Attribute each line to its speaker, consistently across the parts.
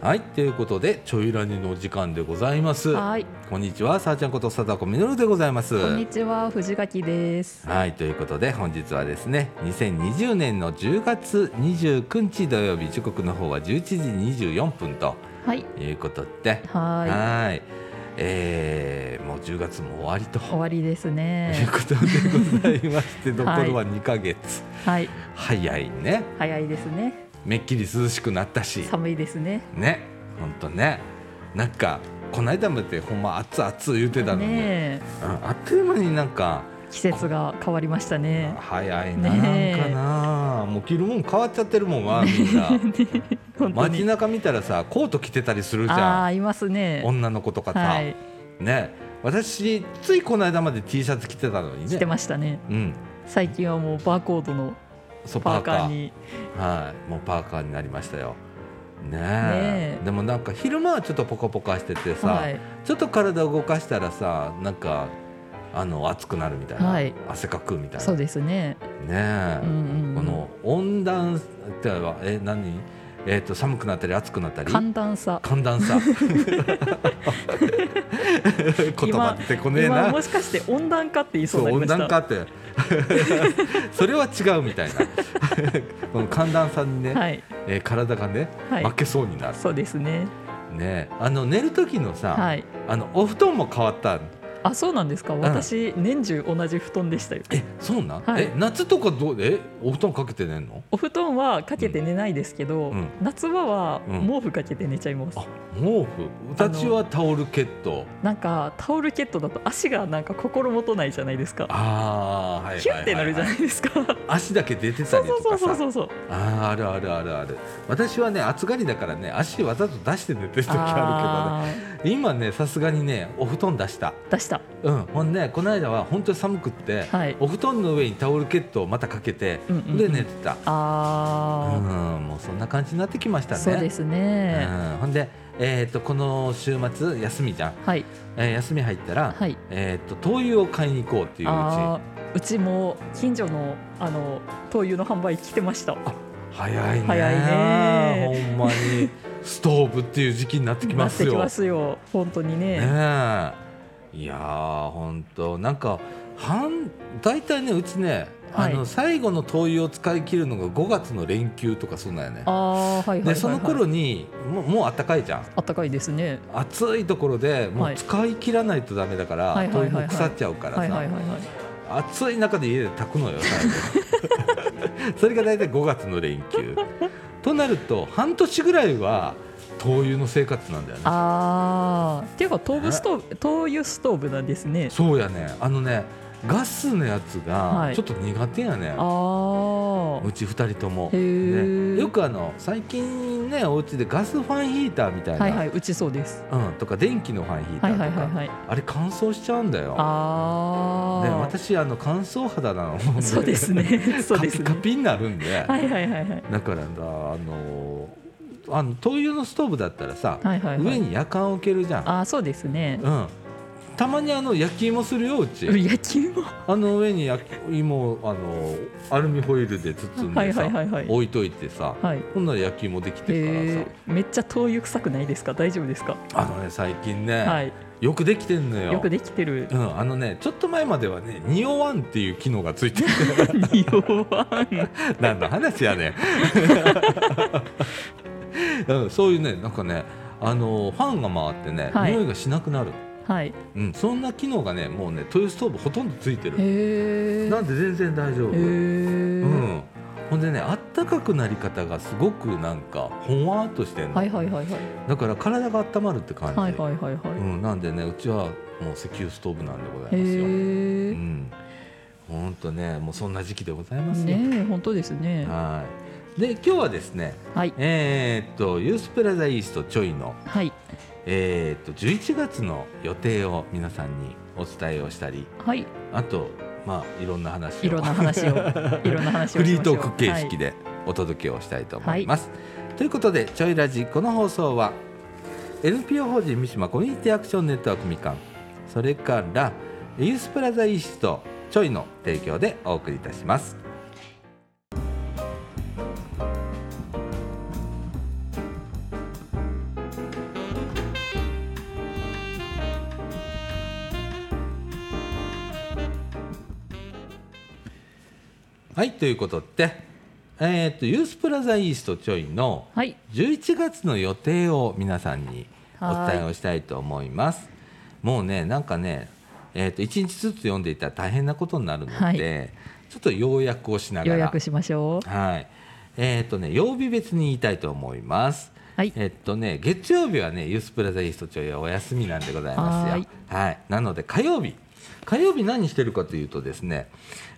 Speaker 1: はいということでちょいラニのお時間でございます
Speaker 2: はい、
Speaker 1: こんにちはさあちゃんこと貞子みのるでございます
Speaker 2: こんにちは、藤垣です。
Speaker 1: はいということで本日はですね2020年の10月29日土曜日時刻の方は11時24分と
Speaker 2: はい、
Speaker 1: いうことでは
Speaker 2: は
Speaker 1: ーいえーもう10月も終わりと
Speaker 2: い、終わりです
Speaker 1: と いう
Speaker 2: ね。
Speaker 1: ことでございまして残 るは2ヶ月、
Speaker 2: はい、
Speaker 1: 早いね
Speaker 2: 早いですね。
Speaker 1: めっきり涼しくなったし
Speaker 2: 寒いですね。
Speaker 1: ねほんとねなんかこの間までほんま熱々言ってたのに、
Speaker 2: ねえ、
Speaker 1: うんあっという間になんか
Speaker 2: 季節が変わりましたね。
Speaker 1: 早いな
Speaker 2: ね
Speaker 1: なん
Speaker 2: え
Speaker 1: かな、もう着るもん変わっちゃってるもんわみんな
Speaker 2: 本当
Speaker 1: 街
Speaker 2: に。
Speaker 1: 中見たらさコート着てたりするじ
Speaker 2: あ
Speaker 1: ゃ
Speaker 2: あ、
Speaker 1: ん
Speaker 2: いますね。
Speaker 1: 女の子とかさ、
Speaker 2: はい、
Speaker 1: ね私ついこの間まで T シャツ着てたのにね
Speaker 2: してましたね。
Speaker 1: うん
Speaker 2: 最近はもうバーコードの
Speaker 1: そう
Speaker 2: パ
Speaker 1: パー
Speaker 2: ー
Speaker 1: カ
Speaker 2: カ
Speaker 1: ー
Speaker 2: ーに。
Speaker 1: はい、もうパーカーになりましたよ。ねえ
Speaker 2: ねえ
Speaker 1: でもなんか昼間はちょっとポカポカしててさ、
Speaker 2: はい、
Speaker 1: ちょっと体を動かしたらさなんかあの暑くなるみたいな、
Speaker 2: はい
Speaker 1: 汗かくみたいな
Speaker 2: そうです
Speaker 1: ね
Speaker 2: ね。
Speaker 1: え、
Speaker 2: うんうん
Speaker 1: この温暖ってはえ何えっ、と寒くなったり暑くなったり
Speaker 2: 寒暖差。
Speaker 1: 寒暖 差言葉出てこねえ
Speaker 2: 今
Speaker 1: な
Speaker 2: もしかして温暖化って言いそ
Speaker 1: そう
Speaker 2: に
Speaker 1: う
Speaker 2: なり
Speaker 1: 温
Speaker 2: ました。
Speaker 1: 暖化って それは違うみたいな この寒暖差にね、
Speaker 2: はい、
Speaker 1: えー体がね、
Speaker 2: はい
Speaker 1: 負けそうになる
Speaker 2: そうですね。
Speaker 1: ねあの寝る時のさ、
Speaker 2: はい。
Speaker 1: あのお布団も変わった
Speaker 2: あ、そうなんですか。私、年中同じ布団でしたよ。
Speaker 1: えそうなん、
Speaker 2: はい
Speaker 1: え夏とかどうえお布団かけて寝んの
Speaker 2: お布団はかけて寝ないですけど、
Speaker 1: うんうん
Speaker 2: 夏場は
Speaker 1: うん
Speaker 2: 毛布かけて寝ちゃいます、
Speaker 1: あ毛布私はタオルケット
Speaker 2: なんかタオルケットだと足がなんか心もとないじゃないですか
Speaker 1: ああはい
Speaker 2: キ
Speaker 1: は
Speaker 2: ュ
Speaker 1: い
Speaker 2: って
Speaker 1: は
Speaker 2: ないるじゃ
Speaker 1: は
Speaker 2: ないいですか、
Speaker 1: 足だけ出てた
Speaker 2: そう
Speaker 1: りと
Speaker 2: そう
Speaker 1: か
Speaker 2: そうそう
Speaker 1: さ
Speaker 2: そうそう
Speaker 1: あーあるあるあるある私はね暑がりだからね足わざと出して寝てる時あ
Speaker 2: あ
Speaker 1: るけどね今ねさすがにねお布団出した
Speaker 2: ー出した
Speaker 1: うんほんねこの間は本当に寒くって、
Speaker 2: はい
Speaker 1: お布団の上にタオルケットをまたかけて、
Speaker 2: うんうんうん
Speaker 1: で寝てたう
Speaker 2: あ
Speaker 1: ん、もうそんな感じになってきまし
Speaker 2: ー、
Speaker 1: たね。
Speaker 2: そうです
Speaker 1: う
Speaker 2: ね、
Speaker 1: ん、ほんで、えっ、と、この週末休みじゃん、
Speaker 2: はい
Speaker 1: えー休み入ったら、
Speaker 2: はい
Speaker 1: えっ、と、灯油を買いに行こうっていううち。
Speaker 2: あーうちも近所のあの灯油の販売来てました
Speaker 1: 早いね。
Speaker 2: 早いね
Speaker 1: ほんまに、ストーブっていう時期になってきます
Speaker 2: なってき
Speaker 1: よ。
Speaker 2: ますよ本当にね
Speaker 1: ねえ。いやー、本当、なんか、半、大体ね、うちね、あの、
Speaker 2: はい
Speaker 1: 最後の灯油を使い切るのが5月の連休とか、そうなんよね。
Speaker 2: あーはいはいはい、はい、
Speaker 1: で、その頃に、もう、もう暖かいじゃん。
Speaker 2: あったかいですね
Speaker 1: 暑いところでも
Speaker 2: は
Speaker 1: う
Speaker 2: い
Speaker 1: 使い切らないとダメだから、
Speaker 2: はいはいはいはい
Speaker 1: 灯油も腐っちゃうからさ、
Speaker 2: はいはいはいはい
Speaker 1: 暑い中で家で炊くのよ最後 それが大体5月の連休となると半年ぐらいは灯油の生活なんだよね
Speaker 2: あーっていうか灯油ストーブ灯油ストーブなんですね
Speaker 1: そうやねあのねガスのやつが
Speaker 2: はい
Speaker 1: ちょっと苦手やね、
Speaker 2: ああ
Speaker 1: うち2人とも、
Speaker 2: へー
Speaker 1: ね、よくあの最近ねお家でガスファンヒーターみたいな、
Speaker 2: はいはいうちそうです
Speaker 1: うん、とか電気のファンヒータ
Speaker 2: は
Speaker 1: ー
Speaker 2: い
Speaker 1: とか、
Speaker 2: はいはいはいあ
Speaker 1: あれ乾燥しちゃうんだよ
Speaker 2: あ
Speaker 1: ね、
Speaker 2: ー
Speaker 1: 私あの乾燥肌なのも
Speaker 2: そうで すねそうです
Speaker 1: カピカ
Speaker 2: ね
Speaker 1: ピになるんで、
Speaker 2: はいはいはいはい
Speaker 1: だからなんだあのあの灯油のストーブだったらさ、
Speaker 2: はいはいは
Speaker 1: 上
Speaker 2: い
Speaker 1: に夜間置けるじゃん、
Speaker 2: あーそうですね
Speaker 1: うん、たまにあの焼き芋するようち
Speaker 2: 野球もは
Speaker 1: あの上に焼き芋をあのアルミホイルで包ん
Speaker 2: い
Speaker 1: でさ、
Speaker 2: はいはいはい
Speaker 1: 置いといてさ
Speaker 2: はい
Speaker 1: こんなら焼き芋できてる
Speaker 2: え
Speaker 1: か
Speaker 2: ー、めっちゃ灯油臭くないですか大丈夫ですか、
Speaker 1: らさあのね最近ね、
Speaker 2: はい
Speaker 1: よくできてんのよ
Speaker 2: よくでき てる
Speaker 1: うん、あのねちょっと前まではね「ニオワン」っていう機能がついてる
Speaker 2: 匂わん
Speaker 1: 何の話やね ん、うん、そういうねなんかねあのファンが回ってね、
Speaker 2: はい
Speaker 1: 匂いがしなくなる、
Speaker 2: はいへ
Speaker 1: うん、そんな機能がねもうねトイストーブほとんどついてる
Speaker 2: え
Speaker 1: なんで全然大丈夫、
Speaker 2: へえ
Speaker 1: うん、ほんでねあったかくなり方がすごくなんかほんわーっとしてるの、
Speaker 2: はいはいはいはい
Speaker 1: だから体が温まるって感じ、
Speaker 2: はいはいはいは
Speaker 1: うん、なんでねうちはもう石油ストーブなんでござ
Speaker 2: い
Speaker 1: いますよ、
Speaker 2: へ
Speaker 1: う
Speaker 2: え
Speaker 1: ん、ほんとねもうそんな時期でございますよ、
Speaker 2: ねえ本当ですね
Speaker 1: はいで今日はですね
Speaker 2: はい
Speaker 1: えーっとユースプラザイーストちょいの、
Speaker 2: はい
Speaker 1: えーっと11月の予定を皆さんにお伝えをしたり
Speaker 2: はい
Speaker 1: あとまあいろんな話を
Speaker 2: いろんな話 をいろんな話を
Speaker 1: フリー
Speaker 2: しまし
Speaker 1: ト
Speaker 2: ょう
Speaker 1: ーク形式
Speaker 2: で、
Speaker 1: でお届けをしたいと思います。ということで「ちょいラジ」この放送は NPO 法人三島コミュニティアクションネットワークみかんそれからユースプラザイーストちょいの提供でお送りいたします。はいということで、えー、とユースプラザイーストちょいの
Speaker 2: はい
Speaker 1: 11月の予定を皆さんにお伝えをしたいと思います。もうねなんかね、えー、と1日ずつ読んでいたら大変なことになるので、
Speaker 2: はい
Speaker 1: ちょっと要約をしなが
Speaker 2: 予
Speaker 1: ら
Speaker 2: 約しましょう
Speaker 1: はいえー、とね曜日別に言いたいと思います。
Speaker 2: はい
Speaker 1: えっとね、月曜日はねユースプラザイースト町はお休みなんでございますよ。は
Speaker 2: はいい
Speaker 1: なので火曜日火曜日何してるかというとですね、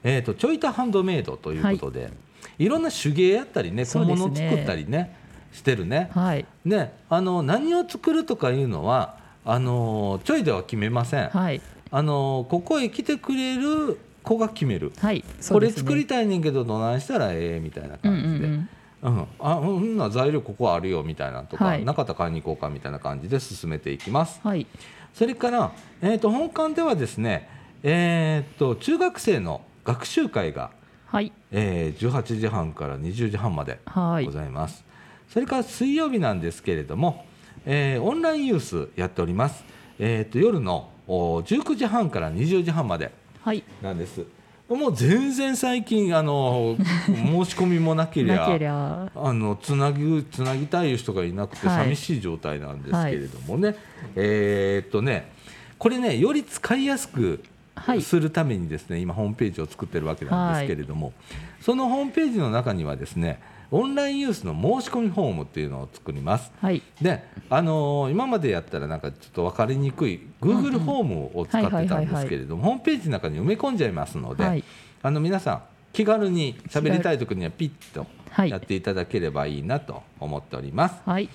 Speaker 1: えっとちょいたハンドメイドということで、い、ろんな手芸やったりね小物
Speaker 2: そうですね
Speaker 1: 作ったりねしてるね。
Speaker 2: はい
Speaker 1: ねあの何を作るとかいうのはあのちょいでは決めません。
Speaker 2: はい
Speaker 1: あのここへ来てくれる子が決める。
Speaker 2: はい
Speaker 1: こ
Speaker 2: そう
Speaker 1: れ
Speaker 2: ですね
Speaker 1: 作りたいねんけどどないしたらええみたいな
Speaker 2: うん
Speaker 1: 感じで、
Speaker 2: うんうん
Speaker 1: うん、あそんな材料ここあるよみたいなとか、
Speaker 2: はい
Speaker 1: なかったら買いに行こうかみたいな感じで進めていきます
Speaker 2: はい
Speaker 1: それから、えー、と本館ではですね、えー、と中学生の学習会が、
Speaker 2: はい
Speaker 1: えー18時半から20時半まで
Speaker 2: はい
Speaker 1: ございます、それから水曜日なんですけれども、えーオンラインユースやっております、えー、と夜のお19時半から20時半まで
Speaker 2: はい
Speaker 1: なんですもう全然最近あの申し込みもなけり
Speaker 2: な
Speaker 1: ゃ
Speaker 2: けりゃ
Speaker 1: あのつなぎつなぎたい人がいなくて
Speaker 2: はい
Speaker 1: 寂しい状態なんですけれどもね、えーっとねこれねより使いやすく
Speaker 2: はい
Speaker 1: するためにですね、今ホームページを作ってるわけなんですけれども、そのホームページの中にはですねオンラインユースの申し込みフォームっていうのを作ります。
Speaker 2: はい
Speaker 1: で、あのー今までやったらなんかちょっと分かりにくい Google フォームを使ってたんですけれどもホームページの中に埋め込んじゃいますので、
Speaker 2: はい
Speaker 1: あの皆さん気軽に喋りたい時にはピッと
Speaker 2: はい
Speaker 1: やっていただければいいなと思っております。
Speaker 2: はい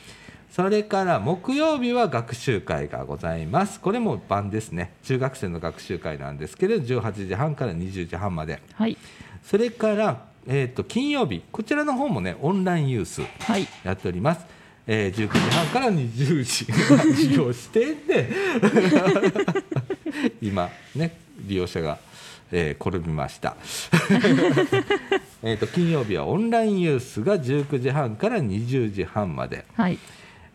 Speaker 1: それから木曜日は学習会がございます。これも晩ですね。中学生の学習会なんですけれど、18時半から20時半まで。
Speaker 2: はい
Speaker 1: それから、えー、と金曜日、こちらの方もね、オンラインユース
Speaker 2: はい
Speaker 1: やっております。えー、19時半から20時利用して で今ね利用者が、えー転びました えーと金曜日はオンラインユースが19時半から20時半まで、
Speaker 2: はい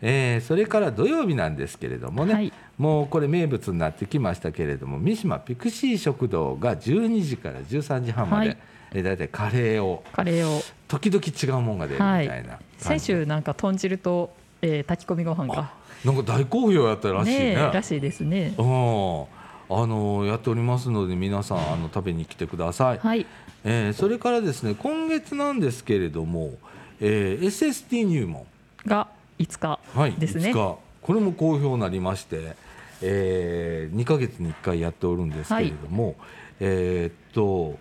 Speaker 1: えーそれから土曜日なんですけれどもね、
Speaker 2: はい
Speaker 1: もうこれ名物になってきましたけれども三島ピクシー食堂が12時から13時半まで、
Speaker 2: はい
Speaker 1: えー、だいたいカレーを
Speaker 2: カレーを
Speaker 1: 時々違うもんが出るみたいな感じで、
Speaker 2: 先週なんか豚汁と、えー炊き込みご飯が
Speaker 1: なんか大好評やったらしいね。
Speaker 2: えらしいですね
Speaker 1: うん、あのやっておりますので皆さんあの食べに来てください。
Speaker 2: はい
Speaker 1: えーそれからですね今月なんですけれども、えー SST 入門
Speaker 2: が5日
Speaker 1: はい
Speaker 2: ですね
Speaker 1: 5日これも好評になりまして、え2ヶ月に1回やっておるんですけれども、えーっと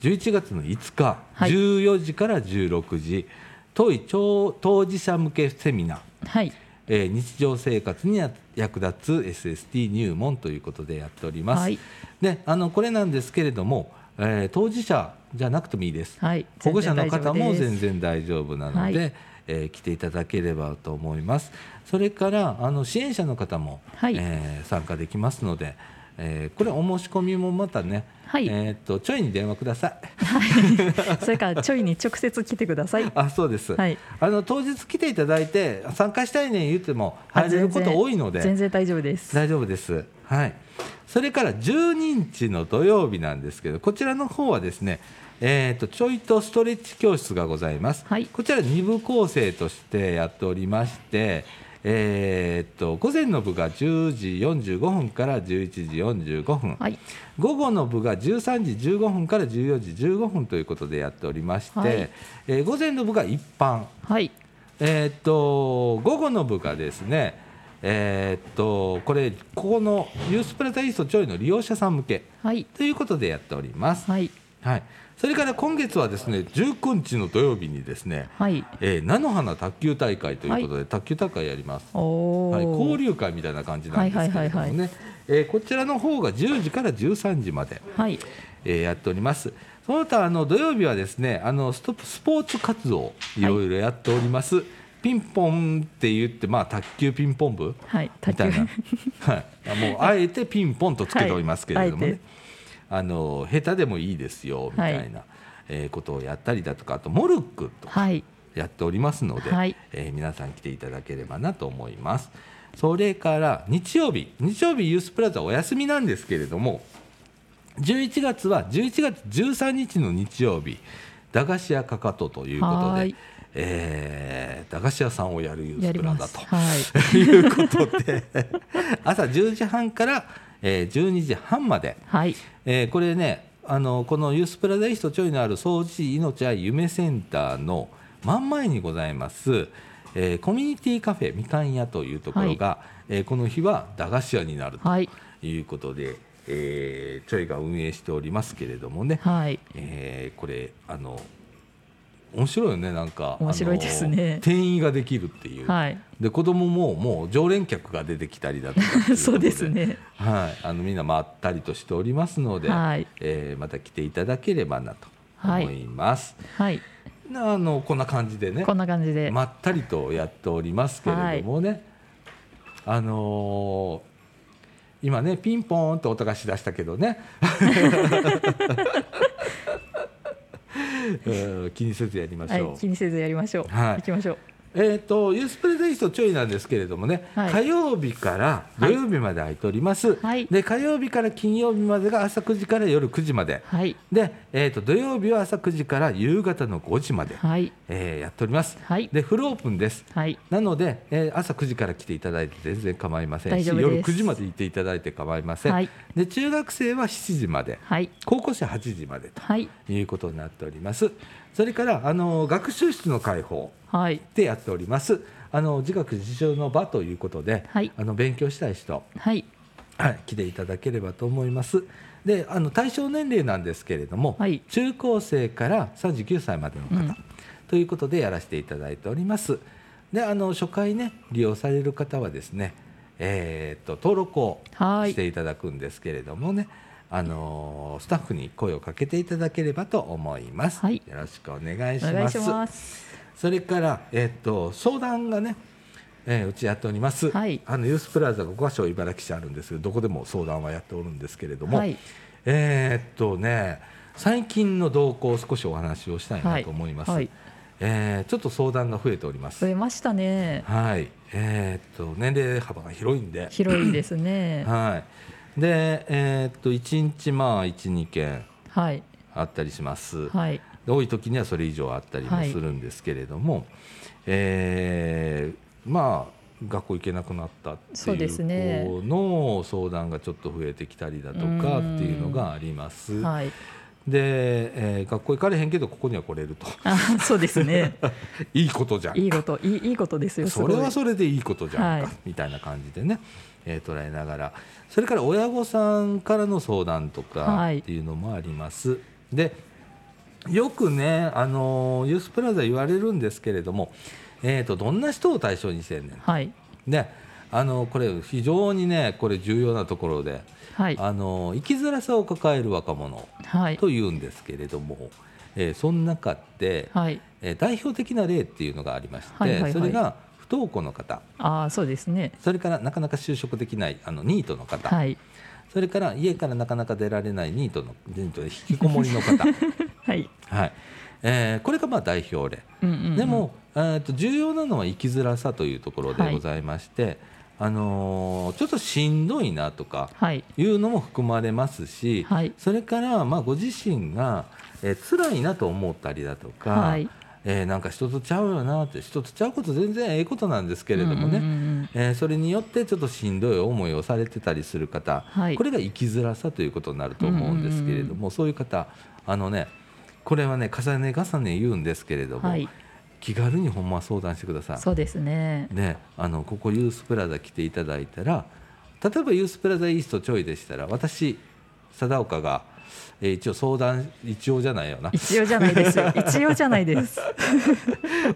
Speaker 1: 11月の5日、
Speaker 2: はい
Speaker 1: 14時から16時当位超当事者向けセミナー。
Speaker 2: はい
Speaker 1: えー日常生活にや役立つ SST 入門ということでやっております。
Speaker 2: はい
Speaker 1: であのこれなんですけれども、えー当事者じゃなくてもいいです。
Speaker 2: はい
Speaker 1: 保護者の方も全
Speaker 2: 然
Speaker 1: 然大丈夫なので、
Speaker 2: は
Speaker 1: えー来ていただければと思います。それからあの支援者の方も、
Speaker 2: はい
Speaker 1: えー参加できますので、えーこれお申し込みもまたね、
Speaker 2: はい
Speaker 1: えーっとちょいに電話ください。
Speaker 2: 大丈夫ですそれからちょいに直接来てください
Speaker 1: あそうです、
Speaker 2: はい
Speaker 1: あの当日来ていただいて参加したいね言っても入れること多いので
Speaker 2: 全然大丈夫です
Speaker 1: 大丈夫です。はい。それから12日の土曜日なんですけど、こちらの方はですね、えっ、とちょいとストレッチ教室がございます。
Speaker 2: はい
Speaker 1: こちら2部構成としてやっておりまして、えっ、と午前の部が10時45分から11時45分、
Speaker 2: はい
Speaker 1: 午後の部が13時15分から14時15分ということでやっておりまして、
Speaker 2: はい
Speaker 1: えー午前の部が一般。
Speaker 2: はい
Speaker 1: えーっと午後の部がですね、えーっとこれここのユースプラザイーストちょいの利用者さん向け
Speaker 2: はい
Speaker 1: ということでやっております。
Speaker 2: はい
Speaker 1: はい。それから今月はですね、19日の土曜日にですね、
Speaker 2: はい
Speaker 1: えー菜の花卓球大会ということで、卓球大会やります。
Speaker 2: おお、
Speaker 1: はい、交流会みたいな感じなんですけれども
Speaker 2: はいはい
Speaker 1: ね、えーこちらの方が10時から13時まで、
Speaker 2: はい
Speaker 1: えーやっております。その他あの土曜日はですね、あのストスポーツ活動いろいろやっております。ピンポンって言ってまあ卓球ピンポン部
Speaker 2: はい
Speaker 1: みたい
Speaker 2: 卓球
Speaker 1: な、はい、もうあえてピンポンとつけておりますけれどもね、
Speaker 2: はい
Speaker 1: あの下手でもいいですよみたいな、えーことをやったりだとかあとモルックとか
Speaker 2: はい
Speaker 1: やっておりますので、
Speaker 2: はい
Speaker 1: えー皆さん来ていただければなと思います。それから日曜日、日曜日ユースプラザお休みなんですけれども、 11月は11月13日の日曜日駄菓子屋かかとということ
Speaker 2: はー
Speaker 1: で
Speaker 2: い、
Speaker 1: えー駄菓子屋さんをやるユー
Speaker 2: や
Speaker 1: ス
Speaker 2: り
Speaker 1: プラ
Speaker 2: ま
Speaker 1: だ
Speaker 2: す
Speaker 1: と
Speaker 2: は い
Speaker 1: いうことで 朝10時半から、えー12時半まで、
Speaker 2: はい
Speaker 1: えーこれねあのこのユースプラザイストちょいのある掃除命愛夢センターの真ん前にございます、えーコミュニティカフェみかん屋というところが、えーこの日は駄菓子屋になる
Speaker 2: はい
Speaker 1: ということで、えーちょいが運営しておりますけれどもね、
Speaker 2: はい
Speaker 1: えーこれあの面白いよねなんか
Speaker 2: 面白いですね
Speaker 1: あの店員ができるっていう、
Speaker 2: はい
Speaker 1: で子供ももう常連客が出てきたりだとかってい
Speaker 2: そうです
Speaker 1: こと
Speaker 2: ね
Speaker 1: はい、あのみんなまったりとしておりますので、
Speaker 2: はい
Speaker 1: えーまた来ていただければなと思います。
Speaker 2: はい
Speaker 1: なあのこんな感じでね
Speaker 2: こんな感じで
Speaker 1: まったりとやっておりますけれどもね、あのー今ねピンポーンと音がしだしたけど ねうん気にせずやりまし
Speaker 2: は
Speaker 1: ょう。
Speaker 2: い気にせずやりましょう
Speaker 1: はい
Speaker 2: 行きましょう
Speaker 1: えー、とユースプレゼンストちょいなんですけれどもね、
Speaker 2: はい
Speaker 1: 火曜日から土曜日まで空いております、
Speaker 2: はい
Speaker 1: で火曜日から金曜日までが朝9時から夜9時まで
Speaker 2: はい
Speaker 1: で、えー、と土曜日は朝9時から夕方の5時まで、
Speaker 2: はい
Speaker 1: えーやっております
Speaker 2: はい
Speaker 1: でフルオープンです
Speaker 2: はい
Speaker 1: なので、えー朝9時から来ていただいて全然構いません
Speaker 2: 大
Speaker 1: し
Speaker 2: 丈夫です
Speaker 1: 夜9時まで行っていただいて構いません、
Speaker 2: はい
Speaker 1: で中学生は7時まで
Speaker 2: はい
Speaker 1: 高校生は8時まで
Speaker 2: はい
Speaker 1: ということになっておりますそれから、あの学習室の開放
Speaker 2: はい
Speaker 1: でやっております。あの自学自習の場ということで、
Speaker 2: はい
Speaker 1: あの勉強したい人、
Speaker 2: はい
Speaker 1: はい、来ていただければと思います。で、あの対象年齢なんですけれども、
Speaker 2: はい
Speaker 1: 中高生から39歳までの方、
Speaker 2: うん
Speaker 1: ということでやらせていただいております。で、あの初回ね利用される方はですね、えーっと登録を
Speaker 2: は
Speaker 1: して
Speaker 2: い
Speaker 1: いただくんですけれどもね。あのスタッフに声をかけていただければと思います。
Speaker 2: はい
Speaker 1: よろしくお願いし
Speaker 2: お願い
Speaker 1: ま
Speaker 2: し
Speaker 1: す。
Speaker 2: ます
Speaker 1: それから、えっと相談がね、えーうちやっております、
Speaker 2: はい
Speaker 1: あのユースプラザ5箇所茨城市あるんですけどどこでも相談はやっておるんですけれども、
Speaker 2: はい
Speaker 1: えーっとね最近の動向を少しお話をしたいなと思います、
Speaker 2: はい
Speaker 1: えーちょっと相談が増えております
Speaker 2: 増えましたね
Speaker 1: はいえーっと年齢幅が広いんで、
Speaker 2: 広いですね
Speaker 1: はい、で、えーっと1日まあ12件
Speaker 2: はい
Speaker 1: あったりします、
Speaker 2: はい
Speaker 1: 多い時にはそれ以上あったりもするんですけれども、えーまあ学校行けなくなったって
Speaker 2: そう
Speaker 1: い
Speaker 2: ですね
Speaker 1: う子の相談がちょっと増えてきたりだとか
Speaker 2: うん
Speaker 1: っていうのがあります。で、
Speaker 2: はい
Speaker 1: えー学校行かれへんけどここには来れると
Speaker 2: あそうですね
Speaker 1: いいことじゃん
Speaker 2: いいこといいいいことですよす
Speaker 1: そ
Speaker 2: ごい
Speaker 1: れはそれでいいことじゃんか、
Speaker 2: はい
Speaker 1: みたいな感じでね、えー捉えながらそれから親御さんからの相談とか
Speaker 2: はい
Speaker 1: っていうのもあります。でよくね、あのーユースプラザ言われるんですけれども、えー、とどんな人を対象にしてんねん。
Speaker 2: はい
Speaker 1: であのこれ非常にねこれ重要なところで、
Speaker 2: はい
Speaker 1: あのー生きづらさを抱える若者
Speaker 2: はい
Speaker 1: というんですけれども、えーその中って、
Speaker 2: はい
Speaker 1: えー代表的な例っていうのがありまして、
Speaker 2: はいはいはい
Speaker 1: それが不登校の方
Speaker 2: ああそうですね
Speaker 1: それからなかなか就職できないあのニートの方、
Speaker 2: はい
Speaker 1: それから家からなかなか出られないニートのニートで引きこもりの 方、
Speaker 2: はい
Speaker 1: はいえーこれがまあ代表例、
Speaker 2: うんうんうん
Speaker 1: でも、えー、と重要なのは生きづらさというところでございまして、あのーちょっとしんどいなとか
Speaker 2: はい
Speaker 1: いうのも含まれますし、
Speaker 2: はい
Speaker 1: それからまあご自身が、えー辛いなと思ったりだとか、
Speaker 2: はい
Speaker 1: えーなんか人とちゃうよなって人とちゃうこと全然ええことなんですけれどもね、
Speaker 2: うんうんうんうん
Speaker 1: えーそれによってちょっとしんどい思いをされてたりする方、
Speaker 2: はい
Speaker 1: これが生きづらさということになると思うんですけれども、
Speaker 2: うん
Speaker 1: そういう方あのねこれはね重ね重ね言うんですけれども、
Speaker 2: はい
Speaker 1: 気軽にほんまは相談してください。
Speaker 2: そうですね
Speaker 1: ね、あのここユースプラザ来ていただいたら例えばユースプラザイーストちょいでしたら私貞岡が、えー一応相談一応じゃない よな
Speaker 2: 一応じゃないです よ一応じゃないです